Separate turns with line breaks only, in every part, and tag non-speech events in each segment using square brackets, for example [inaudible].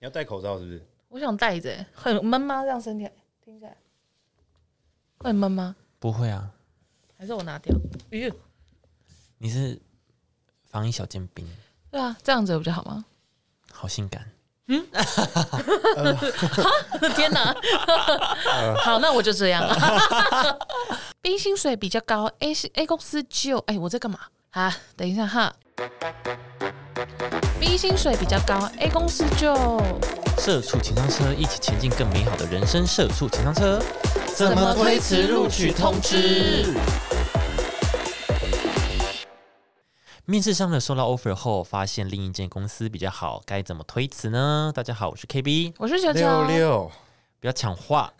要戴口罩是不是？
我想戴着、欸，很闷吗？这样身体听起来会很闷吗？
不会啊，
还是我拿掉？咦，
你是防疫小尖兵，
对啊，这样子不就好吗？
好性感。
[laughs] 天 [laughs] 哪！好，那我就 [laughs] 这样了。B 薪水比较高，A 薪 A 公司就哎、我在干嘛啊？等一下哈。B 薪水比较高，A 公司就
社畜情商车，一起前进更美好的人生。社畜情商车，怎
么推迟录取通知？
面试上的收到 offer 后，发现另一间公司比较好，该怎么推辞呢？大家好，我是 KB，
我是小
六
乔。
六，
不要抢话。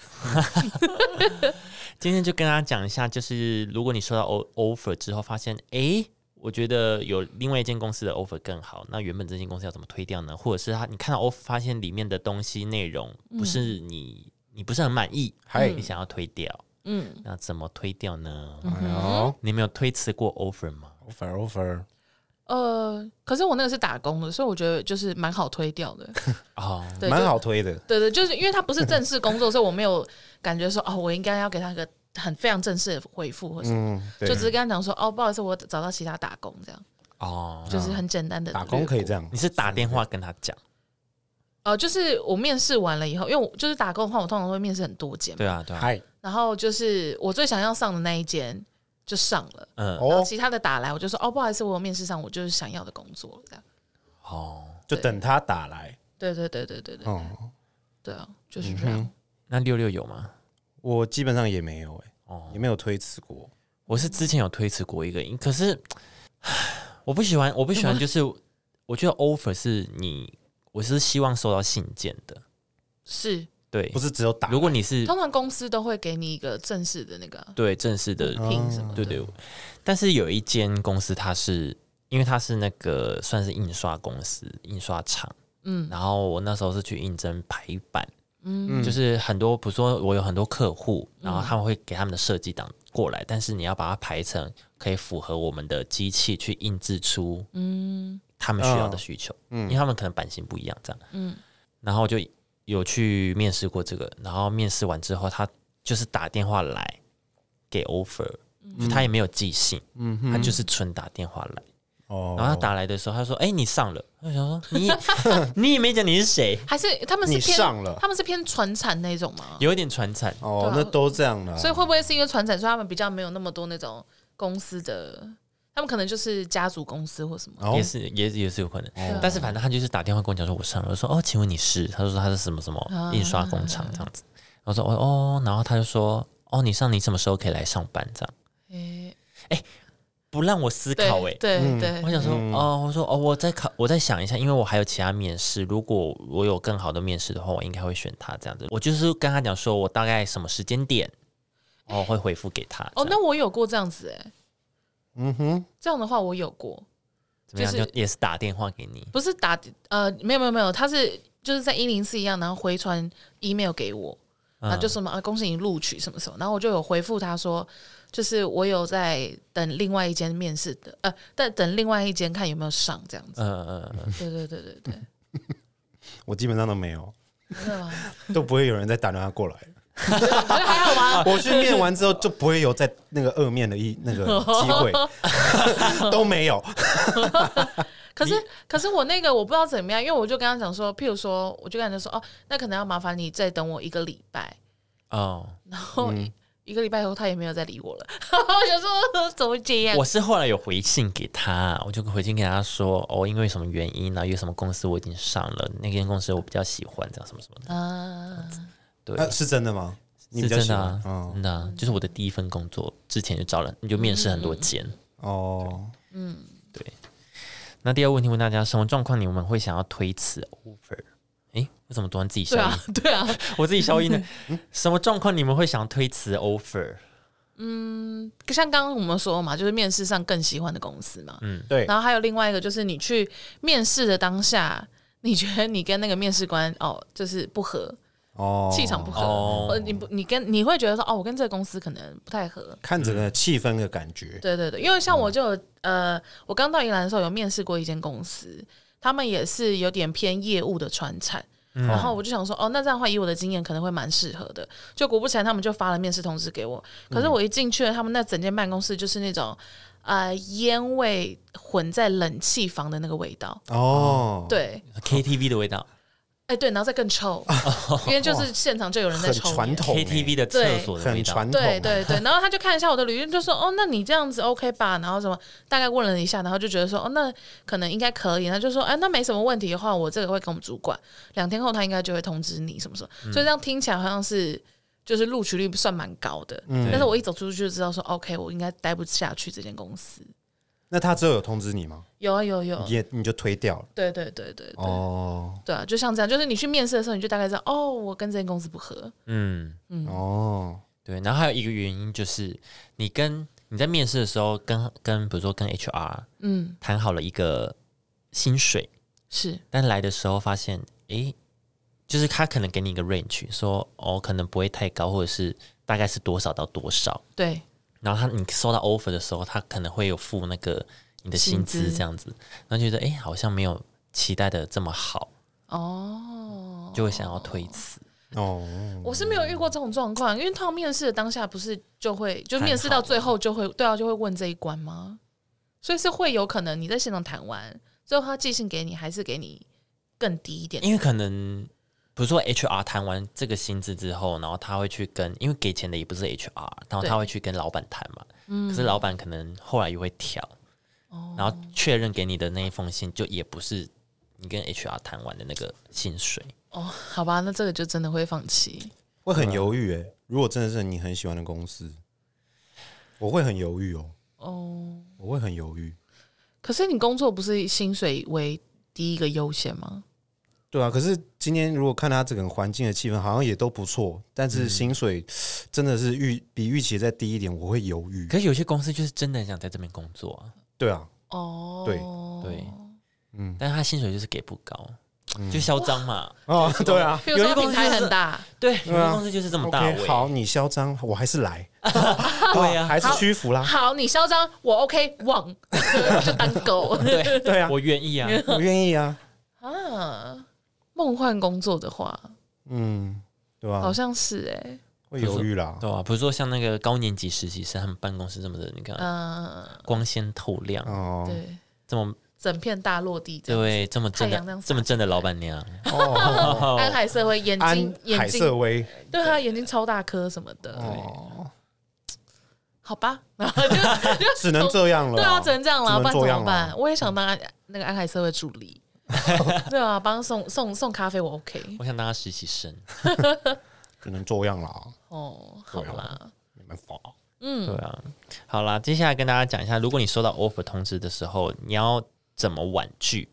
[laughs] 今天就跟大家讲一下，就是如果你收到 o offer 之后，发现诶，我觉得有另外一间公司的 offer 更好，那原本这间公司要怎么推掉呢？或者是他你看到 offer 发现里面的东西内容不是你、你不是很满意，
嗨
你想要推掉，
嗯，
那怎么推掉呢？
哎呦
你没有推辞过 offer 吗？
，offer offer，
呃，可是我那个是打工的，所以我觉得就是蛮好推掉 [laughs] 的。
哦，
对，
蛮
就
好推的。
对对，就是因为他不是正式工作，所以我没有感觉说哦，我应该要给他一个很非常正式的回复，或是、
嗯，对
就，只是跟他讲说哦，不好意思，我找到其他打工，这样
哦，
就是很简单的
打工可以这样
你。是打电话跟他讲，
哦、呃就是我面试完了以后，因为我就是打工的话，我通常会面试很多间嘛，
对啊，对啊，
嗨，
然后就是我最想要上的那一间就上了。
嗯，
然后
哦，
其他的打来，我就说哦，不好意思，我有面试上，我就是想要的工作这样。
哦，
就等他打来。
对对对对对对，
哦，嗯
对啊，就是这样。
那六六有吗？
我基本上也没有哎，
哦，
也没有推辞过。
我是之前有推迟过一个，可是我不喜欢，我不喜欢，就是我觉得 offer 是你，我是希望收到信件的，
是，
对
不，是只有打，
如果你是
通常公司都会给你一个正式的那个
哦
对正式的，
聘什么的。
对对，但是有一间公司它是。因为它是那个算是印刷公司、印刷厂，
嗯
然后我那时候是去应征排版，
嗯，
就是很多，比如说我有很多客户，然后他们会给他们的设计档过来，但是你要把它排成可以符合我们的机器去印制出，
嗯
他们需要的需求，
嗯
因为他们可能版型不一样这样。
嗯
然后就有去面试过这个，然后面试完之后，他就是打电话来给 offer，、就他也没有寄信，
嗯
他就是纯打电话来。
哦，
然后他打来的时候，他说：“哎、你上了。”我想说：“你 [laughs] 你也没讲你是谁，
还是他们是
你
偏
上了
他们是偏传产那种吗？
有一点传产。”
哦，
对啊
那都这样了。
所以会不会是因为传产，所以他们比较没有那么多那种公司的，他们可能就是家族公司或什么。
哦
也是也也是有可能
哦，
但是反正他就是打电话跟我讲说我上了，我说哦，请问你是？他就说他是什么什
啊
么印刷工厂这样子，我说哦哦，然后他就说哦，你上你什么时候可以来上班这样，
诶，
不让我思
对
考
欸
诶、
嗯
对对
我，想说、哦，我说哦，我再考，我再想一下，因为我还有其他面试，如果我有更好的面试的话，我应该会选他这样子。我就是跟他讲说我大概什么时间点，哦会回复给他。
哦，
这样
那我有过这样子哎、欸，
嗯哼，
这样的话我有过，
怎么样？
就是
就也是打电话给你
不是打呃没有没有没有，他是就是在一零四一样，然后回传 email 给我，然后就说嘛、啊恭喜你录取什么什么，然后我就有回复他说，就是我有在等另外一间面试的，呃，但等另外一间看有没有上这样子。
嗯嗯嗯嗯，
对对对对对，
我基本上都没有，
真的吗？
都不会有人再打电话 [laughs] 过来。
我觉得还好吗？
我去面完之后就不会有再那个二面的一那个机
[laughs]
会，都没有。
可是，可是我那个我不知道怎么样，因为我就跟他讲说，譬如说，我就跟他讲说，哦，那可能要麻烦你再等我一个礼拜，
哦，
然后一,、个礼拜以后他也没有再理我了，我想说怎么这样
我？是后来有回信给他，我就回信给他说，哦，因为什么原因呢、有什么公司我已经上了，那间公司我比较喜欢，这样什么什么的。
啊，
对，
啊、是真的吗？你
是
比较
真
喜
的
欢嗯
啊，真的啊，就是我的第一份工作之前就招了，你就面试很多间。
嗯哦，
那第二个问题问大家，什么状况你们会想要推辞 offer？诶，我怎么突然自己消
对
音？
啊，对啊，
我自己消音呢？
[laughs]
什么状况你们会想推辞 offer？
像刚刚我们说嘛，就是面试上更喜欢的公司嘛，嗯，
对
然后还有另外一个就是你去面试的当下，你觉得你跟那个面试官哦，就是不合，
哦，
气场不合，
哦
呃，你不，你跟你会觉得说，哦，我跟这个公司可能不太合，
看着的气氛的感觉。
对对对，因为
嗯
像我就有、呃，我刚到宜兰的时候有面试过一间公司，他们也是有点偏业务的传产，
嗯
然后我就想说，哦，那这样的话，以我的经验可能会蛮适合的。就果不其然，他们就发了面试通知给我。可
嗯
是我一进去了，他们那整间办公室就是那种呃烟味混在冷气房的那个味道，
哦，，
对，
KTV 的味道
哎对，然后再更臭，
[laughs]
因为就是现场就有人在
很
抽
传
烟。
统欸
，KTV 的厕
对
所的味
很
道，
传统，啊
对对对，然后他就看一下我的履历，就说：“哦，那你这样子 OK 吧？”然后什么大概问了一下，然后就觉得说：“哦，那可能应该可以。”他就说：“哎，那没什么问题的话，我这个会跟我们主管，两天后他应该就会通知你什么什么。”所以这样听起来好像是就是录取率算蛮高的，但是我一走出去就知道说：“OK，我应该待不下去这间公司。
那他之后有通知你吗？”
有啊有有，
你也你就推掉了。
对对对对对、
哦
对啊，就像这样，就是你去面试的时候，你就大概知道哦，我跟这间公司不合。
嗯，
哦，
对。然后还有一个原因就是，你跟你在面试的时候跟跟比如说跟 HR
嗯，
谈好了一个薪水，
是
但来的时候发现，诶，就是他可能给你一个 range，说哦，可能不会太高，或者是大概是多少到多少。
对，
然后他你收到 offer 的时候，他可能会有付那个你的薪
薪
资
资
这样子，然后觉得诶，好像没有期待的这么好，
哦，
就会想要推辞。
哦，
我是没有遇过这种状况，因为他面试的当下不是就会就面试
谈好
到最后就会对啊就会问这一关吗？所以是会有可能你在现场谈完最后他寄信给你，还是给你更低一点？
因为可能比如说 HR 谈完这个薪资之后，然后他会去跟，因为给钱的也不是 HR，然后
对
他会去跟老板谈嘛。可是老板可能后来又会调，然后确认给你的那一封信就也不是你跟 HR 谈完的那个薪水。
哦，好吧，那这个就真的会放弃。
会很犹豫诶、如果真的是你很喜欢的公司，我会很犹豫哦，
哦，
我会很犹豫。
可是你工作不是以薪水为第一个优先吗？
对啊，可是今天如果看他整个环境的气氛，好像也都不错，但
嗯
是薪水真的是预比预期再低一点，我会犹豫。
可是有些公司就是真的很想在这边工作啊，
对啊，
哦，
对
对，
嗯，
但是他薪水就是给不高，就嚣张嘛。
哦， [laughs] 对啊
比如说
有些公司
平台
就是
很大，
对，有
对
些
啊
公司就是这么大尾。
，OK，好，你嚣张，我还是
[laughs]
来，哦
对啊
还是屈服啦，
好，你嚣张，我 OK，忘 [laughs] 就当 [laughs] 狗
对
对啊，
我愿意啊。
我愿意啊，
啊。梦幻工作的话，
嗯，对吧、
好像是哎、
会犹豫啦，
对啊，比如说像那个高年级实习生，他们办公室这么的，你看、
嗯，
光鲜透亮，
哦，
对，
这么
整片大落地这样，
对这么正
太阳这
的
样洒
这么正的老板娘，
哦，
安海瑟薇眼
安
睛眼
海
睛，
瑟薇，
对他眼睛超大颗什么的，
哦，
好吧， [laughs] 然后就就
[laughs] 只能这样了，
对啊，只能这样了，
只能
不然怎
这样
么
了
办？我也想当安那个安海瑟薇助
[laughs]
理，对啊，帮送送送咖啡我 OK
我想当他实习生，
只能这样了，
哦，好
对啊
啦，
没办法，
嗯
对啊。好啦，接下来跟大家讲一下，如果你收到 offer 通知的时候，你要怎么婉拒？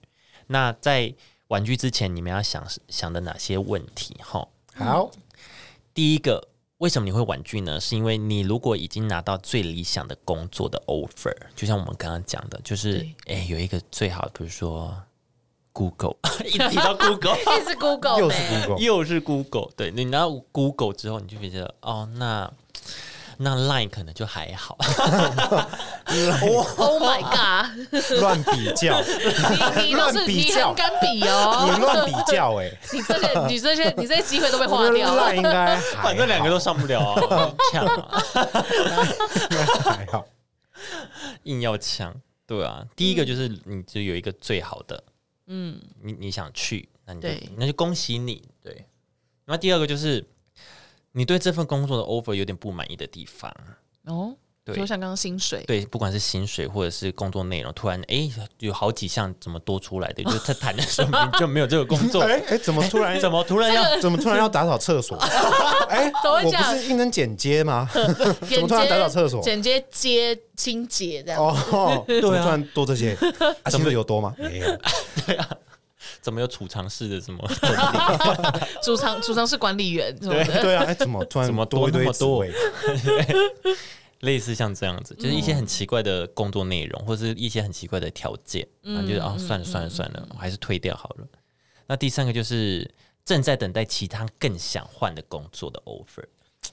那在婉拒之前，你们要想想的哪些问题？哈，
嗯
好，
第一个，为什么你会婉拒呢？是因为你如果已经拿到最理想的工作的 offer，就像我们刚刚讲的，就是
对
哎、诶有一个最好，比如说 Google，一 [laughs] 提到 Google，
一直 Google
啊又
呢
是 Google，
又是 Google，对你拿到 Google 之后，你就觉得哦，那那 Line 可能就还好，
，Oh my God，
[laughs] 乱比
[laughs]
较，
你你都
乱
是
比
你
较
很敢比哦，
你乱比较哎、
你这些你这些你这些机会都被
我
[laughs] 划
觉
掉
得烂
了，
应该还好，
反正两个都上不了啊，呛啊，
应该还好。
硬要呛，对啊。第一个就是你就有一个最好的，
嗯，
你你想去，那你就
对
那就恭喜你，对。那第二个就是你对这份工作的 offer 有点不满意的地方，
哦，
对
就像刚刚薪水，
对，不管是薪水或者是工作内容，突然哎、有好几项怎么多出来的，就是他谈的说明就没有这个工作
[laughs] 哎，哎、怎么突然
怎么突然要？
怎么突然要打扫厕
[laughs]
所？哎、
怎
我
么会这
不
样
是应征剪接
[laughs]
吗？怎
剪
么突然
接
打扫厕所？
剪接接清洁这样。
哦，对
对啊
突然多这些，啊、薪水有多吗？没有，
啊怎么有储藏室的什
[laughs]
么？
主场主场是管理员什么的，
对啊，哎、怎么突然
怎么
多
多
一堆
那么
职
多
位？
类似像这样子，就是一
嗯
些很奇怪的工作内容，或者是一些很奇怪的条件，
嗯
然后就是啊，算了算了算了，我还是退掉好了。那第三个就是正在等待其他更想换的工作的 offer，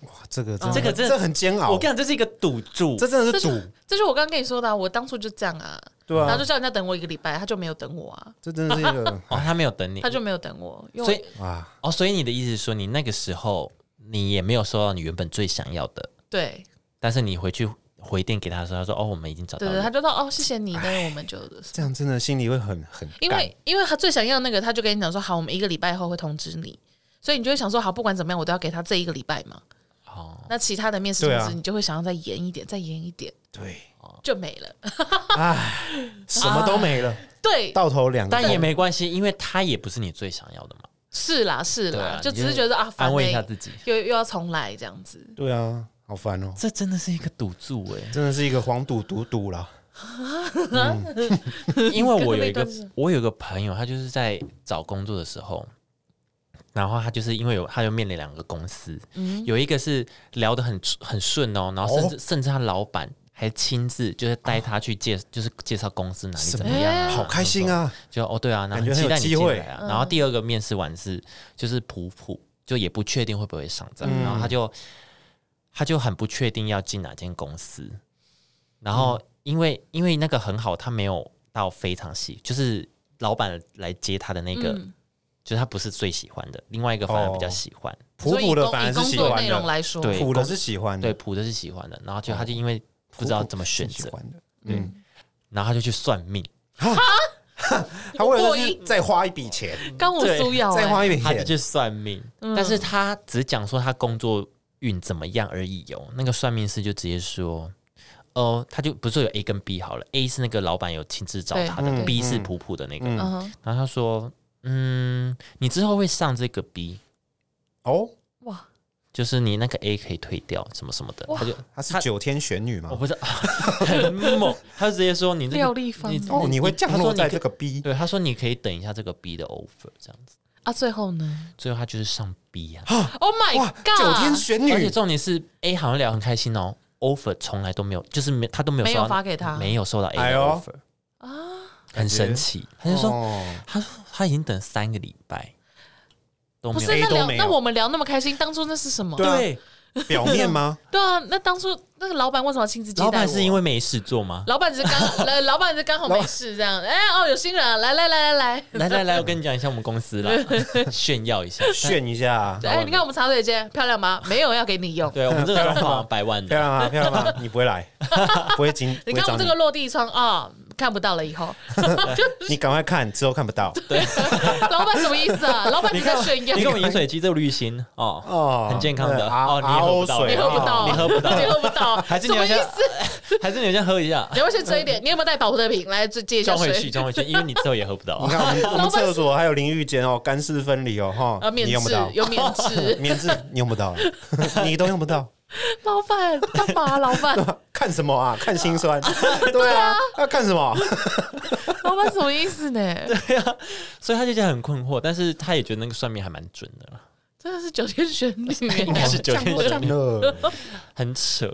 哇，这个真
哦
的
这个真的
这很煎熬，
我跟你讲，这是一个赌注
这，真的是
这
赌
就，这就我刚刚跟你说的啊、我当初就这样啊，
对
然后
啊
就，叫人家等我一个礼拜，他就没有等我啊，
这真的是一
[laughs]
个
哦，他没有等你，
他就没有等我，因
所
为
以
啊，
哦，所以你的意思是说，你那个时候你也没有收到你原本最想要的，
我对
但是你回去回电给他的时候，他说：“哦，我们已经找到
对
了。
对，他就说哦谢谢你，但是我们就
这样真的心里会很很干，
因为因为他最想要那个，他就跟你讲说好，我们一个礼拜后会通知你，所以你就会想说好，不管怎么样，我都要给他这一个礼拜嘛。
哦，
那其他的面试
对
通
啊
知，你就会想要再延一点，再延一点，
对，
哦
就没了。
什么都没
啊
了，
对，
到头两
但也
空
没关系，因为他也不是你最想要的嘛。
是啦是
对
啦，
啊
就
你
只是觉得啊，烦
安慰一
欸
下自己，
又又要重来这样子。
对啊，好烦哦，
这真的是一个赌注
[laughs]
哎，
真的是一个黄赌毒赌啦，
因为我有一
跟那
个
段是
我有一个朋友，他就是在找工作的时候。然后他就是因为有，他就面临两个公司，
嗯
有一个是聊得很很顺哦，然后甚至、甚至他老板还亲自就是带他去介，就是介绍公司哪里
什
怎么样、啊，
好开心啊，
就哦对啊，然
感
后
觉很
很期
有
待你
机
进
会
来啊。然后第二个面试完是就是普普，就也不确定会不会上这样，
嗯
然后他就他就很不确定要进哪间公司，然
嗯
后因为因为那个很好，他没有到非常喜，就是老板来接他的那个，
嗯
就是他不是最喜欢的，另外一个反而比
哦
较喜欢，
普
所以
普
以
的
工
反而
以
是
工
喜
作
欢
内容
的，
来说，
对
普的是喜欢
对
的，
普的是喜欢的，然后就他就因为不知道怎么选
嗯普普是
择
喜，欢的，
嗯，然后他就去算命，
他为了就
过一
是再花一笔钱，
刚我
对
苏瑶
再花
欸，
一笔
他就
钱，
去算命，
嗯
但是他只讲说他工作运怎么样而已哦。那个算命师就直接说，哦，他就不是有 A 跟 B 好了，A 是那个老板有亲自找他
对
的
嗯
，B 是
嗯
普普的那个，
嗯
嗯哼，
然后他说，嗯，你之后会上这个 B，
哦，
哇，
就是你那个 A 可以退掉什么什么的，他就。
她是九天玄女
我
吗？
不知道，很猛。 [laughs] 他就直接说你这
廖
个，
立芳
你
哦
哦，你会降
他说
落
你
在
可
这个 B，
对他说你可以等一下这个 B 的 offer 这样子。
啊，最后呢
最后他就是上 B 啊，
？Oh my
哇，
god！
九天玄
嗯
而且
女，
重点是 A 好像聊得很开心哦，offer 从来都没有，就是没他都没有
没
收
有
到
发给他
没有收到 A
哎
的
呦
offer 啊，很神奇。他就说，
哦
他说他已经等三个礼拜都
不
没
是
有，
那
都
聊
没有
那我们聊那么开心，当初那是什么？
对啊表面
[laughs]
吗？
对啊，那当初那个老板为什么要亲自接待
老
我？
板是因为没事
[laughs]
做吗？
老板只是刚来，老板是刚好没事这样。哎、哦，有新人啊，来来来来
来来来，我跟你讲一下我们公
[laughs]
司啦，炫耀一下，
炫一下，啊
来，哎，你看我们茶水间漂亮吗？没有要给你
[laughs]
用。
对我们这个装
啊
潢百
嗯
万
漂
的，
亮吗？
啊
漂亮 [laughs] 吗？你不会来，不会进，
[laughs] 你
不会
看我
找
们这
你
个，落地窗啊、看不到了以后， [laughs]
你赶快看，之后看不到
老板什么意思啊？老板你在炫耀，
你看我们饮水机这个滤芯
[laughs]
哦，
哦
很健康的
对啊
哦你喝不到
啊
你
水
喝不到，
你喝不到啊
[laughs] 你喝不到，啊
还是
什
你
么
要
意
先
思？
还是你先喝
[laughs]
一下，
你要不要先追一点？你有没有带保护的瓶来借借一下
装回去
水？
装回去，因为你之后也喝不
你 [laughs]
到。
看我们我
老
们
板
厕所还有淋浴间哦，干湿分离哦，哈，
啊，免
你用不
治
到，
有免 [laughs] 治，
棉质你用不到，
[laughs]
你都用不到，
老板干嘛？老 [laughs] 板，
看什么啊？看心酸，对啊，要看什么？
老板什么意思呢？
所以他就觉得很困惑，但是他也觉得那个算命还蛮准的啦，
真的是九天玄 [laughs] 女，应
应该是九天玄女
乐
很扯。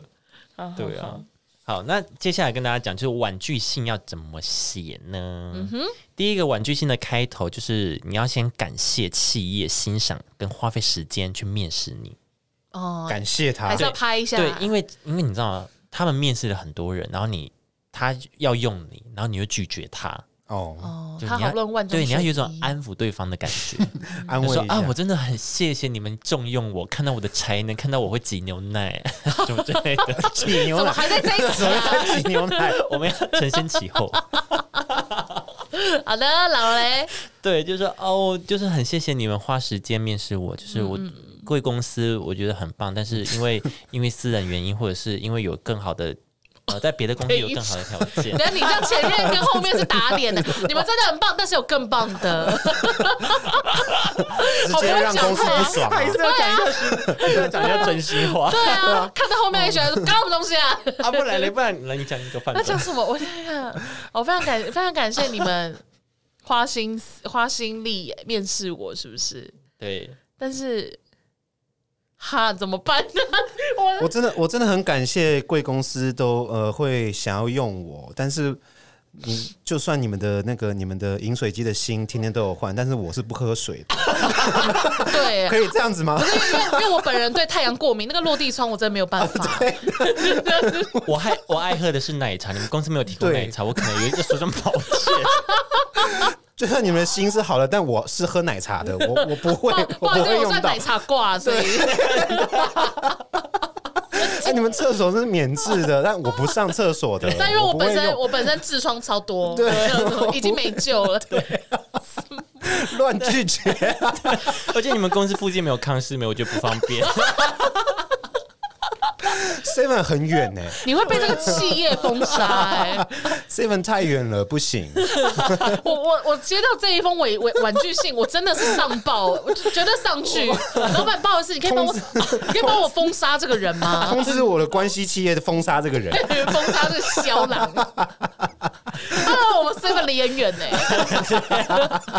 哦
对啊，好，那接下来跟大家讲，就是婉拒信要怎么写呢？
嗯
第一个婉拒信的开头就是你要先感谢企业欣赏跟花费时间去面试你，
[laughs]
哦，
感谢他
还是，要拍一下，
对，因为因为你知道他们面试了很多人，然后你他要用你，然后你又拒绝他，
哦，
哦，
就
他
你
好
要
论万中
对，你要有一
选
种
一
安抚对方的感
[laughs]
觉，
安
就
慰
说
一
啊，我
下，
真的很谢谢你们重用我，看到我的才能，看到我会挤牛奶， [laughs] 什么之类的。
挤牛
怎么
奶，
还在在一起
[laughs] 怎么
啊？
在挤牛奶？
我们要承先启后，
好的，老雷，
对，就是说哦，就是很谢谢你们花时间面试我，就是我贵公司我觉得很棒，但是因为因为私人原因，或者是因为有更好的呃，在别的公司有更好的条件，
那你这样前面跟后面是打
[laughs]
脸的，你们真的很棒，但是有更棒的，
直接让公司不爽啊，
要讲一下，还是要讲一下真心话
对啊，看到后面还喜欢说干什么东西啊？
[laughs] 啊，不然嘞，不然来你讲一个范
那
本
讲什么？我想想看，我非常感非常感谢你们花心思花心力面试我，是不是？
对，
但是。哈，怎么办
[laughs]
呢？ [laughs] 我
我真的我真的很感谢贵公司都呃会想要用我，但是你就算你们的那个你们的饮水机的芯天天都有换，但是我是不喝水的，
对，
可以这样子吗？
因为因为我本人对太阳过敏，那个落地窗我真的没有
[laughs]
办
啊
法。
我还我爱喝的是奶茶，你们公司没有提供
对
奶茶，我可能有一个手上抱歉。 [laughs]
就算你们的芯是好了，但我是喝奶茶的，我我不会
[laughs] 不好意，
我不
思，
会
我
用
算
到
奶。茶挂，所以
哎，你们厕所是免治
[laughs]
的，但我不上厕所的。
但因为我
不会
本身
用
我本身痔疮超多，
对
已经没救了。
乱拒
[laughs]
绝，
而且你们公司附近没有康师美，我觉得不方便。 [laughs]
seven 很远呢
你会被这个企业封杀哎！
，seven 太远了，不
[laughs]
行。
我我我接到这一封委委婉拒信，我真的是上报，我绝对上去。老板，不好意思，你可以帮我，你可以帮我封杀这个人吗？
通知我的关系企业的封杀这个人，
[laughs] 封杀这个肖 [laughs] 郎，啊，我们三个离很远呢。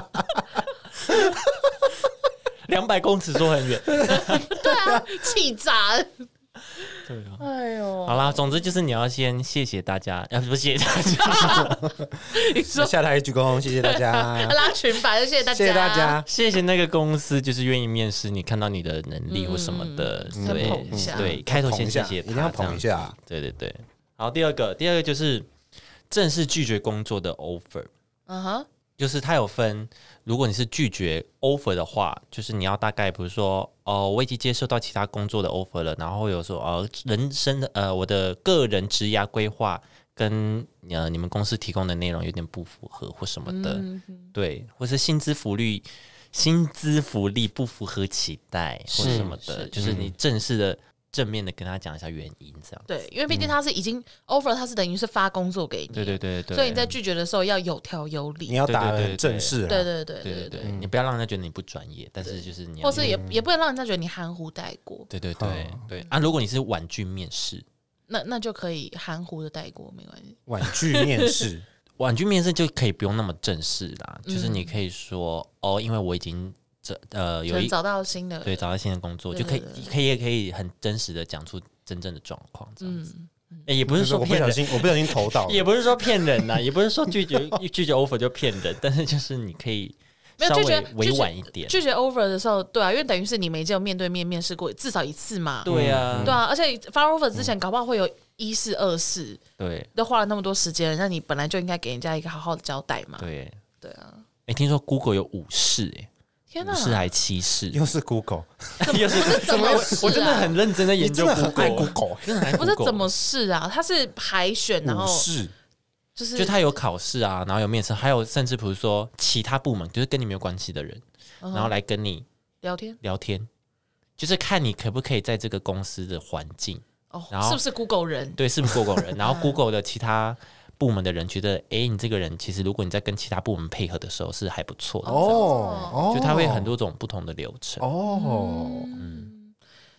两百公尺说很远，
对啊，气炸！
对啊。
哎呦，
好啦，总之就是你要先谢谢大家，要、啊、不是谢谢大
[laughs]
家，
你说
下台一鞠躬，谢谢大家，
拉群吧，谢谢 [laughs] 大家，
谢谢大家。
谢谢那个公司，就是愿意面试你，看到你的能力或什么的，
嗯
对、
再捧一下
对，开头
捧
先
一
谢
下，
谢
一
他，
定要
这样
捧一下。
对对对，好，第二个，第二个就是正式拒绝工作的 offer，
嗯哼，
就是它有分，如果你是拒绝 offer 的话，就是你要大概比如说，哦，我已经接受到其他工作的 offer 了，然后有说，哦，人生的呃，我的个人职涯规划跟呃你们公司提供的内容有点不符合或什么的，
嗯
对，或是薪资福利。薪资福利不符合期待或
是
什么的，
是
就是嗯你正式的、正面的跟他讲一下原因，这样。
对，因为毕竟他是已经 offer，他是等于是发工作给你，
嗯对对对对，
所以你在拒绝的时候要有条有
你
理，
要打
对对对
得很正式啊，
对对对
对对
对
对，嗯
对，
你不要让人家觉得你不专业，但是就是你要
或是也也不能让人家觉得你含糊带过，
对对对
嗯
对啊！如果你是婉拒面试，
那那就可以含糊的带过，没关系。
婉拒面
[laughs]
试，
婉拒面试就可以不用那么正式啦，
嗯
就是你可以说哦，因为我已经这呃
可
有
能
一
找到新的，
对找到新的工作，
对
就可以
对对
可以也可以很真实的讲出真正的状况，这样子
嗯，
诶也不
不
是说
我不
骗
小
人。
心，我不小心投到了，
也不是说骗人呐、 [laughs] 也不是说拒绝拒绝 offer 就骗人，但是就是你可以
没有
稍
拒
微
绝
委
拒绝
婉一点，
拒绝 offer 的时候，对啊，因为等于是你没见面对面面试过至少一次嘛，
对啊，
对啊，而且发 offer 之前搞不好会有一试、二试，
对
都花了那么多时间，那你本来就应该给人家一个好好的交代嘛。
对。
对啊，
哎、听说 Google 有五试、诶
天
五
哪，
试还七试，
又是 Google，
[laughs] 又是
怎么
我
试啊
我真的很认真的研究
你真的很爱
Google，真的很爱
不是
Google
怎么试啊？他是海选，然后
武士
就是
就他有考试啊，然后有面试，还有甚至比如说其他部门，就是跟你没有关系的人，
嗯哼
然后来跟你
聊天
聊天，就是看你可不可以在这个公司的环境，
哦
然，后
是不是 Google 人？
对，是不是
[laughs]
Google 人，然后 Google 的其他。部门的人觉得，诶，你这个人其实，如果你在跟其他部门配合的时候是还不错的，
哦哦，
就他会很多种不同的流程，
哦，
嗯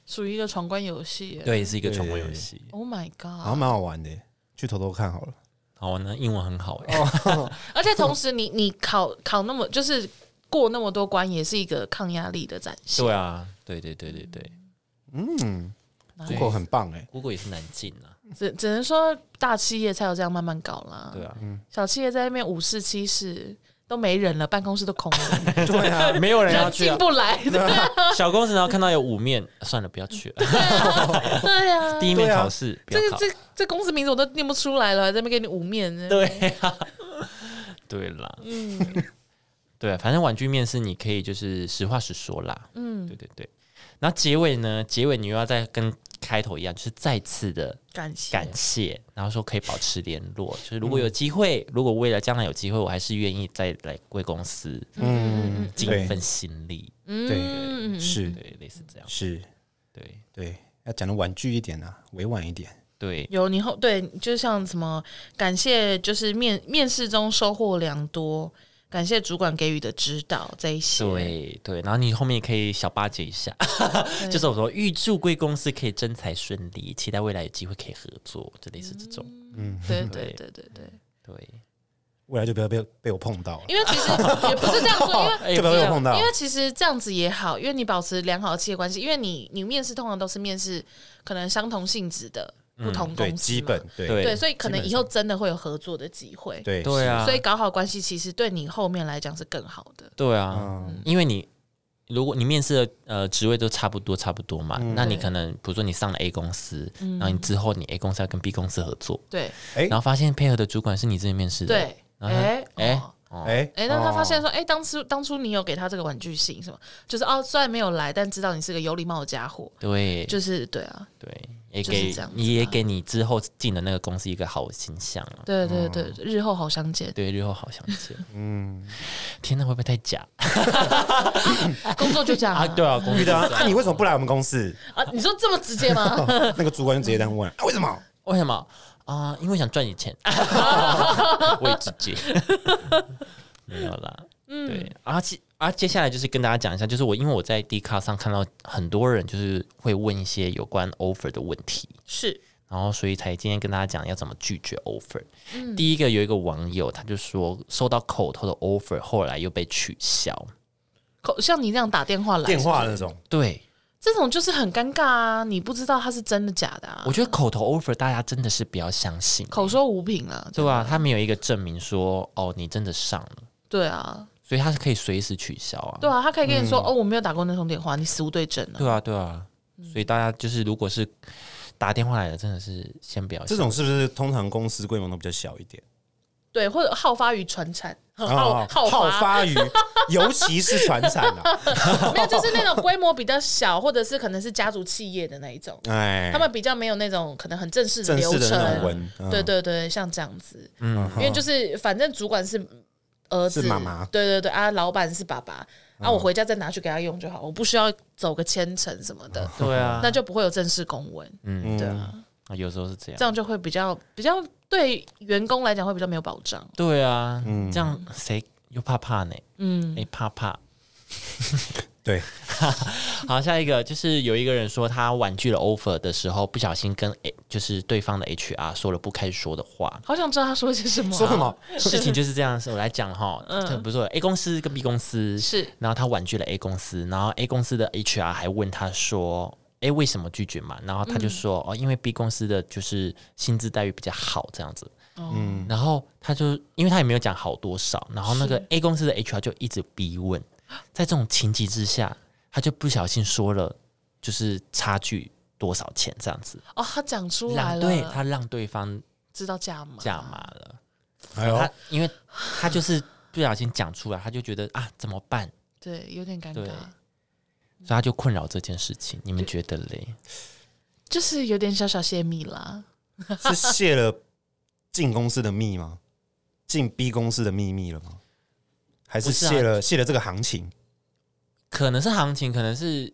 属于一个闯关游戏耶。
对，是一个闯关游戏。
Oh my
好像
god！
蛮好玩的，去偷偷看好了。
好，我呢英文很好、欸诶
而且同时你，你考考那么就是过那么多关，也是一个抗压力的展现。
对啊，对对对对对
嗯
哪里
，Google 很棒哎，
，Google 也是难进啊，
只只能说大企业才有这样慢慢搞啦。
对啊，
小企业在那边五四七四都没人了，办公室都空
[laughs]
了，
对啊，
没有人要
人 [laughs]
去、
进
啊。
不来。对啊，
小公司然后看到有五面，算了，不要去了。
[laughs]
[laughs]
对啊，
第一面
对啊
考试，不
这个
要考。
这这公司名字我都念不出来了，还在那边给你五面。
对啊， [laughs] 对啦，嗯， [laughs] 对，啊反正婉拒面试你可以就是实话实说啦，嗯，对对对。然后结尾呢，结尾你又要再跟开头一样，就是再次的
感谢
感谢，然后说可以保持联络，就是如果有机会，如果未来将来有机会，我还是愿意再来为公司
嗯，
尽一
对
份心力，
嗯
对，是
对，类似这样，
是，
对
对，要讲的婉拒一点啊，委婉一点。
对
有你后对，就像什么感谢，就是面面试中收获良多，感谢主管给予的指导这一些。
对对。然后你后面也可以小巴结一下。
对，
[laughs] 就是我说预祝贵公司可以征才顺利，期待未来有机会可以合作，就类似这种。
嗯对对对对对，
嗯对，
未来就不要被被我碰到了，
因为其
[laughs]
实也不是这样说，因为
哎
就不要被我
啊
碰到
因。为其实这样子也好，因为你保持良好的企业关系，因为你你面试通常都是面试可能相同性质的，不同
嗯
公司
对，
嘛
基本对
对
对，所以可能
基本
以后真的会有合作的机会。
对
对啊，
所以搞好关系其实对你后面来讲是更好的。
对
是
啊，
嗯，
因为你如果你面试的呃职位都差不多差不多嘛，
嗯
那你
对嗯
可能比如说你上了 A 公司，然后你之后你 A 公司要跟 B 公司合作，
对
哎
然后发现配合的主管是你自己面试的，
对，
然后他
哎
哎
哦
哦
哎
哎，那他发现
哦
说，哎，当初当初你有给他这个玩具性什么？就是哦，虽然没有来，但知道你是个有礼貌的家伙。
对，
就是对啊，
对，也
就是
给
这样子啊
你也
吧
给你之后进的那个公司一个好形象啊。
对对对，日后好相见。
对，日后好相见。
嗯，
天哪，会不会太假 [laughs]
工作就这样
啊？对啊，公司
遇到
就是这样
啊，你为什么不来我们公司？
啊，你说这么直接吗？
[laughs]
[laughs]
那个主管就直接这样 [laughs] 问，啊为什么？
为什么啊、因为想赚你
[laughs]
钱，我也直接 [laughs] 没有啦。
嗯
对，啊，接啊，接下来就是跟大家讲一下，就是我因为我在 D 卡上看到很多人就是会问一些有关 offer 的问题，
是
然后所以才今天跟大家讲要怎么拒绝 offer。第一
嗯
个有一个网友他就说收到口头的 offer，后来又被取消。
口像你这样打电话来，
电话
是不
那
是
种，
对，
这种就是很尴尬啊，你不知道他是真的假的啊
我，觉得口头 offer 大家真的是不要相信，
口说无凭啊了，
对啊吧？他没有一个证明说哦你真的上了，
对啊，
所以他是可以随时取消啊。
对啊，他可以跟你说、哦，我没有打过那通电话，你死无对证啊。
对啊，对啊，所以大家就是如果是打电话来的，真的是先不要
这种是不是通常公司规模都比较小一点？
对，或者好发于传产，好
啊
好
好
发， [laughs]
发于，尤其是传产啊，
没有就是那种规模比较小，或者是可能是家族企业的那一种，
哎，
他们比较没有那种可能很正式的
正
流
式的那种
程。
文，嗯
对，对对，像这样子，
嗯
因为就是反正主管是儿子，
是妈嗯妈
对对对啊，老板是爸爸啊，我回家再拿去给他用就好，我不需要走个千层什么的，
对啊，
那就不会有正式公文，
嗯，
对
嗯，
啊，
啊有时候是这样
这，样就会比较比较对员工来讲会比较没有保障，
对啊，这样谁又怕怕呢？嗯，哎怕怕。
对，
好，下一个就是有一个人说他婉拒了 offer 的时候，不小心跟 A 就是对方的 HR 说了不该说的话。
好想知道他说些什么啊、
说什么？
[laughs]
[laughs]
事情就是这样，我来讲哈，嗯，不是说 A 公司跟 B 公司
是
然后他婉拒了 A 公司，然后 A 公司的 HR 还问他说：“哎，为什么拒绝嘛？”然后他
嗯
就说：“哦，因为 B 公司的就是薪资待遇比较好这样子。”
哦
嗯，然后他就因为他也没有讲好多少，然后那个
是
A 公司的 HR 就一直逼问，在这种情急之下，他就不小心说了，就是差距多少钱这样子，
哦，他讲出来
让
了，
对他让对方
知道价码，
价码了。
哎呦，
他因为他就是不小心讲出来，他就觉得啊怎么办，
对，有点尴尬
对，所以他就困扰这件事情。你们觉得嘞？
就是有点小小泄密啦。
是泄了进公司的密吗？进 B 公司的秘密了吗？还是
不是啊
泄了泄了这个行情？
可能是行情，可能是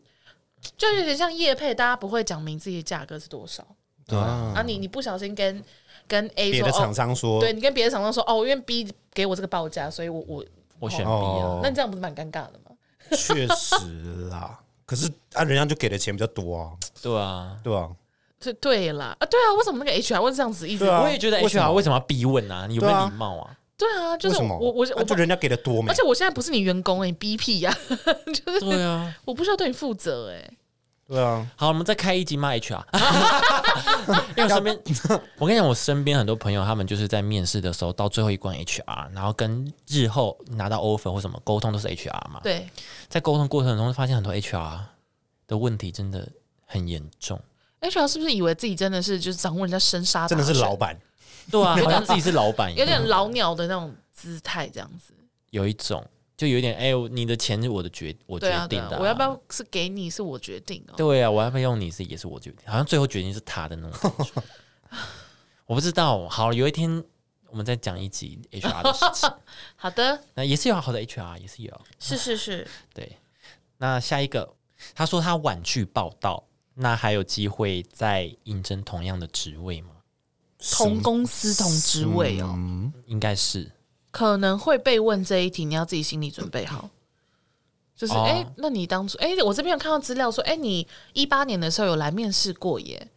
就有点像业配，大家不会讲明自己的价格是多少、
对
啊。你你不小心跟跟 A
嗯别
说
的厂
哦，
商说，
对你跟别的厂商说哦，因为 B 给我这个报价，所以我我
我选 B 啊
哦。
那这样不是蛮尴尬的吗？
确实啦。可是啊，人家就给的钱比较多啊，
对啊，
对吧？
对对啦，啊对啊，为什么那个 HR 会这样子一直？
对啊
我也觉得
为什么
HR 为什么要逼问啊？你有没
对
有
啊
礼貌啊？
对啊，就
为
是
什
我
么？
我我
啊就人家给的多嘛
而。且我现在不是你员工哎、你 BP 呀、 [laughs] 就是
对啊。
我不需要对你负责哎、
对啊，
好，我们再开一集骂 [laughs] HR。因为我身边，我跟你讲，我身边很多朋友，他们就是在面试的时候，到最后一关 HR，然后跟日后拿到 offer 或什么沟通都是 HR
啊
嘛。
对，
在沟通过程中，发现很多 HR 的问题真的很严重。
HR 是不是以为自己真的是就是掌握人家生杀大
真的是
权
老，板，
对啊， [laughs] 好像自己是老板一
有
样，
点老鸟的那种姿态这样子。
有一种，就有点哎、你的钱是我的决，我决
对啊，对
定
啊
的啊、，
我要不要是给你是我决定哦。
对啊，我要不要用你是也是我决定，好像最后决定是他的那种感觉。 [laughs] 我不知道，好，有一天我们再讲一集 HR 的事
[laughs]
情，
好的，
那也是有好的 HR，也是有
是是是，
对。那下一个，他说他婉拒报道，那还有机会再应征同样的职位吗？
同公司同职位哦，
嗯，
应该是，
可能会被问这一题，你要自己心理准备好。就是
哦
哎、诶那你当初哎、诶我这边有看到资料说，哎、你一八年的时候有来面试过耶，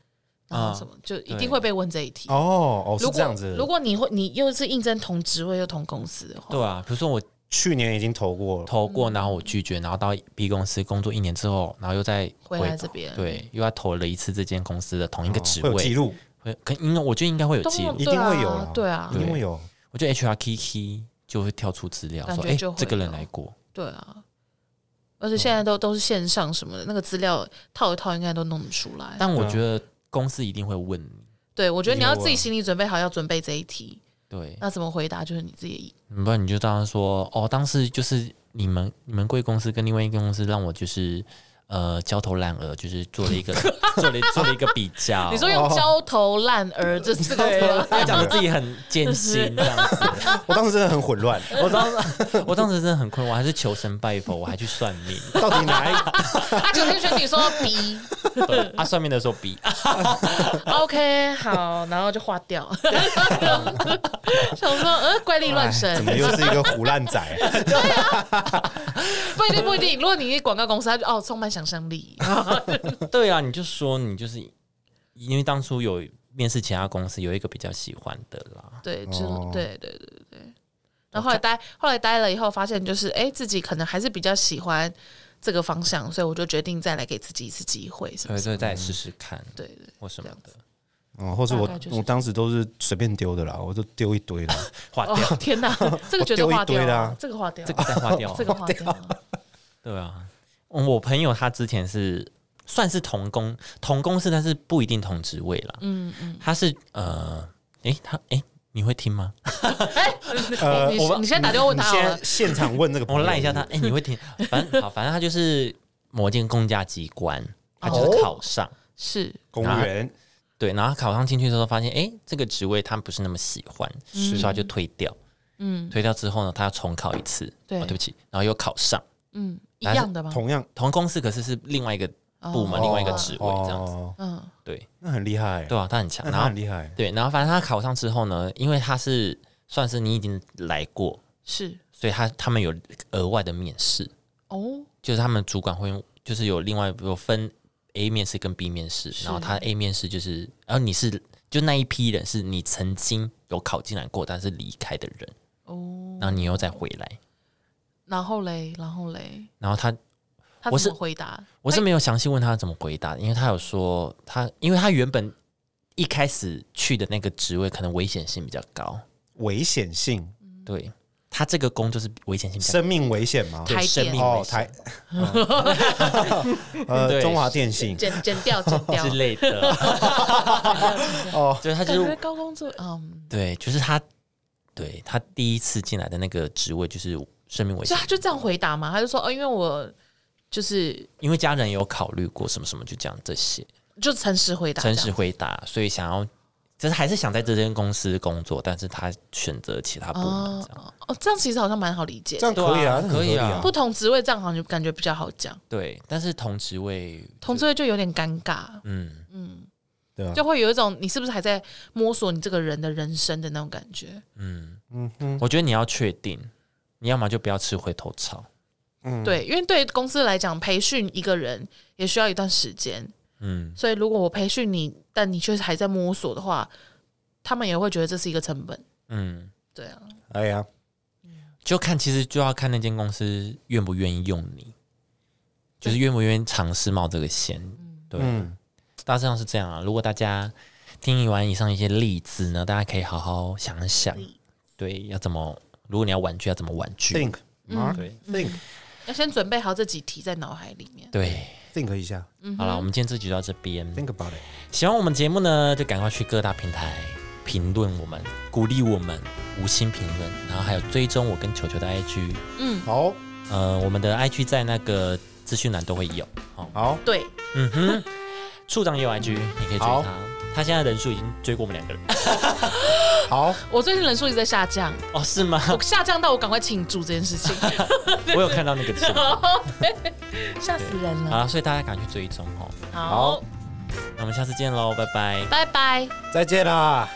然后什么、就一定会被问这一题。
啊哦哦，是
如
这样
果
子。
如果你会你又是应征同职位又同公司的话，
对啊，比如说我
去年已经投过了，
投
嗯
过，然后我拒绝，然后到 B 公司工作一年之后，然后又再
回来这边
对，又要投了一次这间公司的同一个
嗯
职
哦会有记
位，
录，
会可应该我觉得应该会有
都
记录
一，定会有啦
对啊
一，定会有。
我觉得 HR Kiki 就会跳出资料
感
说，
觉
哎、
就会
这个人
有
来过，
对啊。而且现在
嗯
都都是线上什么的，那个资料套一套应该都弄得出来。
但我
对啊
觉得公司一定会问你，
对，我觉得你要自
有
己
啊
心里准备好要准备这一题，
对，
那怎么回答就是你自己
不然你就当时说，哦，当时就是你们你们贵公司跟另外一个公司让我就是呃焦头烂额，就是做了
[laughs]
一个做了做了一个比较。
哦
的。你说用焦头烂额这
[laughs]
四个
对，
字吗，
他
[laughs]
讲的自己很艰辛这样子。
我当时真的很混乱，
我当时我当时真的很困惑，我还是求神拜佛，我还去算命。
到底哪一？
他九天玄女
[laughs]
说 B，
对啊，算命的时候比
OK，好，然后就划
[laughs]
掉。想说，呃，怪力乱
哎
[laughs] 神
怎，么又是一个胡烂仔啊？
不一定，不一定。如果你是广告公司，他就哦，充满想象力。
对啊，你就说你就是因为当初有面试其他公司，有一个比较喜欢的啦。
对，就
哦
对对对对对。然后后来待，后来待了以后，发现就是，哎，自己可能还是比较喜欢这个方向，所以我就决定再来给自己一次机会，是不
对
是？
对，再试试看
对对，
或什么
这
的，
哦，或是
大概
我
就是
我当时都是随便丢的啦，我都丢一
[laughs]
堆啦。
划掉、
哦，天哪，这个绝对
我丢一
划掉
堆的
啊
啊，
这个划掉
这
啊，
个再划掉，
这个划掉啊。
对啊，嗯我朋友他之前是算是同工，同公司，但是不一定同职位啦。
嗯嗯，
他是呃，诶，他诶，你会听 [laughs] 吗？
哎，
呃
你
我
你先打电话问
你
他好
现
了
在。现场问那个朋
我
友，
赖一下他，诶，你会听？反正好，反正他就是某间公家机关，他
哦
就是考上。
是，
公务员
对，然后考上进去之后发现，诶，这个职位他不是那么喜欢，所以他就推掉。
嗯
推掉之后呢，他要重考一次，
对
哦对不起，然后又考上
嗯，一
还是
样的吗？
同样
同公司，可是是另外一个部门、
哦
另外一个职位这样子。
哦，
嗯，
对
那很厉害，
对啊，他很强。
那
然
他
后
很厉害。
对，然后反正他考上之后呢，因为他是算是你已经来过，
是
所以他他们有额外的面试，
哦，
就是他们主管会用，就是有另外有分 A 面试跟 B 面试，
是
然后他 A 面试就是，然后你是就那一批人是你曾经有考进来过，但是离开的人，
哦，
然后你又再回来，
然后嘞，然后嘞，
然后他
他
我
怎
是
么回答？
我是没有详细问他怎么回答，因为他有说他，因为他原本一开始去的那个职位可能危险性比较高，
危险性，
对他这个工作是
嗯
危险性比较高。
生命危险吗？
对
台
生
电
命危
哦，
险
台，呃，
对
中华电信
剪剪掉，剪掉
之，类 [laughs] 的，
哦，
就是他就
感觉
是
高工作，嗯，
对，就是他，对他第一次进来的那个职位就是生命危
所
险
以他，就这样回答嘛，他就说，哦，因为我就是
因为家人有考虑过什么什么，就讲这些
就诚实回答，
诚实，回答，所以想要就是还是想在这间公司工作，但是他选择其他部门
哦
这样，
哦哦，这样其实好像蛮好理解
这，样可以啊，那很合理
可以啊
不同职位这样好像就感觉比较好讲，
对，但是同职位，
同职位就有点尴尬，
嗯，
对啊，
就会有一种你是不是还在摸索你这个人的人生的那种感觉，
嗯哼，
我觉得你要确定，你要么就不要吃回头草，
嗯，
对，因为对公司来讲，培训一个人也需要一段时间，
嗯，
所以如果我培训你，但你却还在摸索的话，他们也会觉得这是一个成本。
嗯，
对啊，
哎呀，
就看其实就要看那间公司愿不愿意用你，就是愿不愿意尝试冒这个险，对。
嗯，
大致上是这样啊。如果大家听完以上一些例子呢，大家可以好好想一想，对，要怎么？如果你要玩具，要怎么玩具？
think Mark
对
think
要先准备好这几题在脑海里面。
对，
think 一下
好了，我们今天这集就到这边。
，think about it，
喜欢我们节目呢，就赶快去各大平台评论我们，鼓励我们，五星评论，然后还有追踪我跟球球的 IG，
嗯，
好
呃，我们的 IG 在那个资讯栏都会有。哦，
好，
对，
嗯哼，处长也有 IG，你可以追
好
他。他现在人数已经追过我们两个人
好，
我最近人数一直在下降，
哦，是吗？
我 [laughs] 下降到我赶快庆祝这件事情，
我有看到那个字。
[laughs] 吓死人
好
了。
啦，所以大家赶快去追踪哦。
好
好，
那我们下次见喽，拜拜。
拜拜。
再见啦。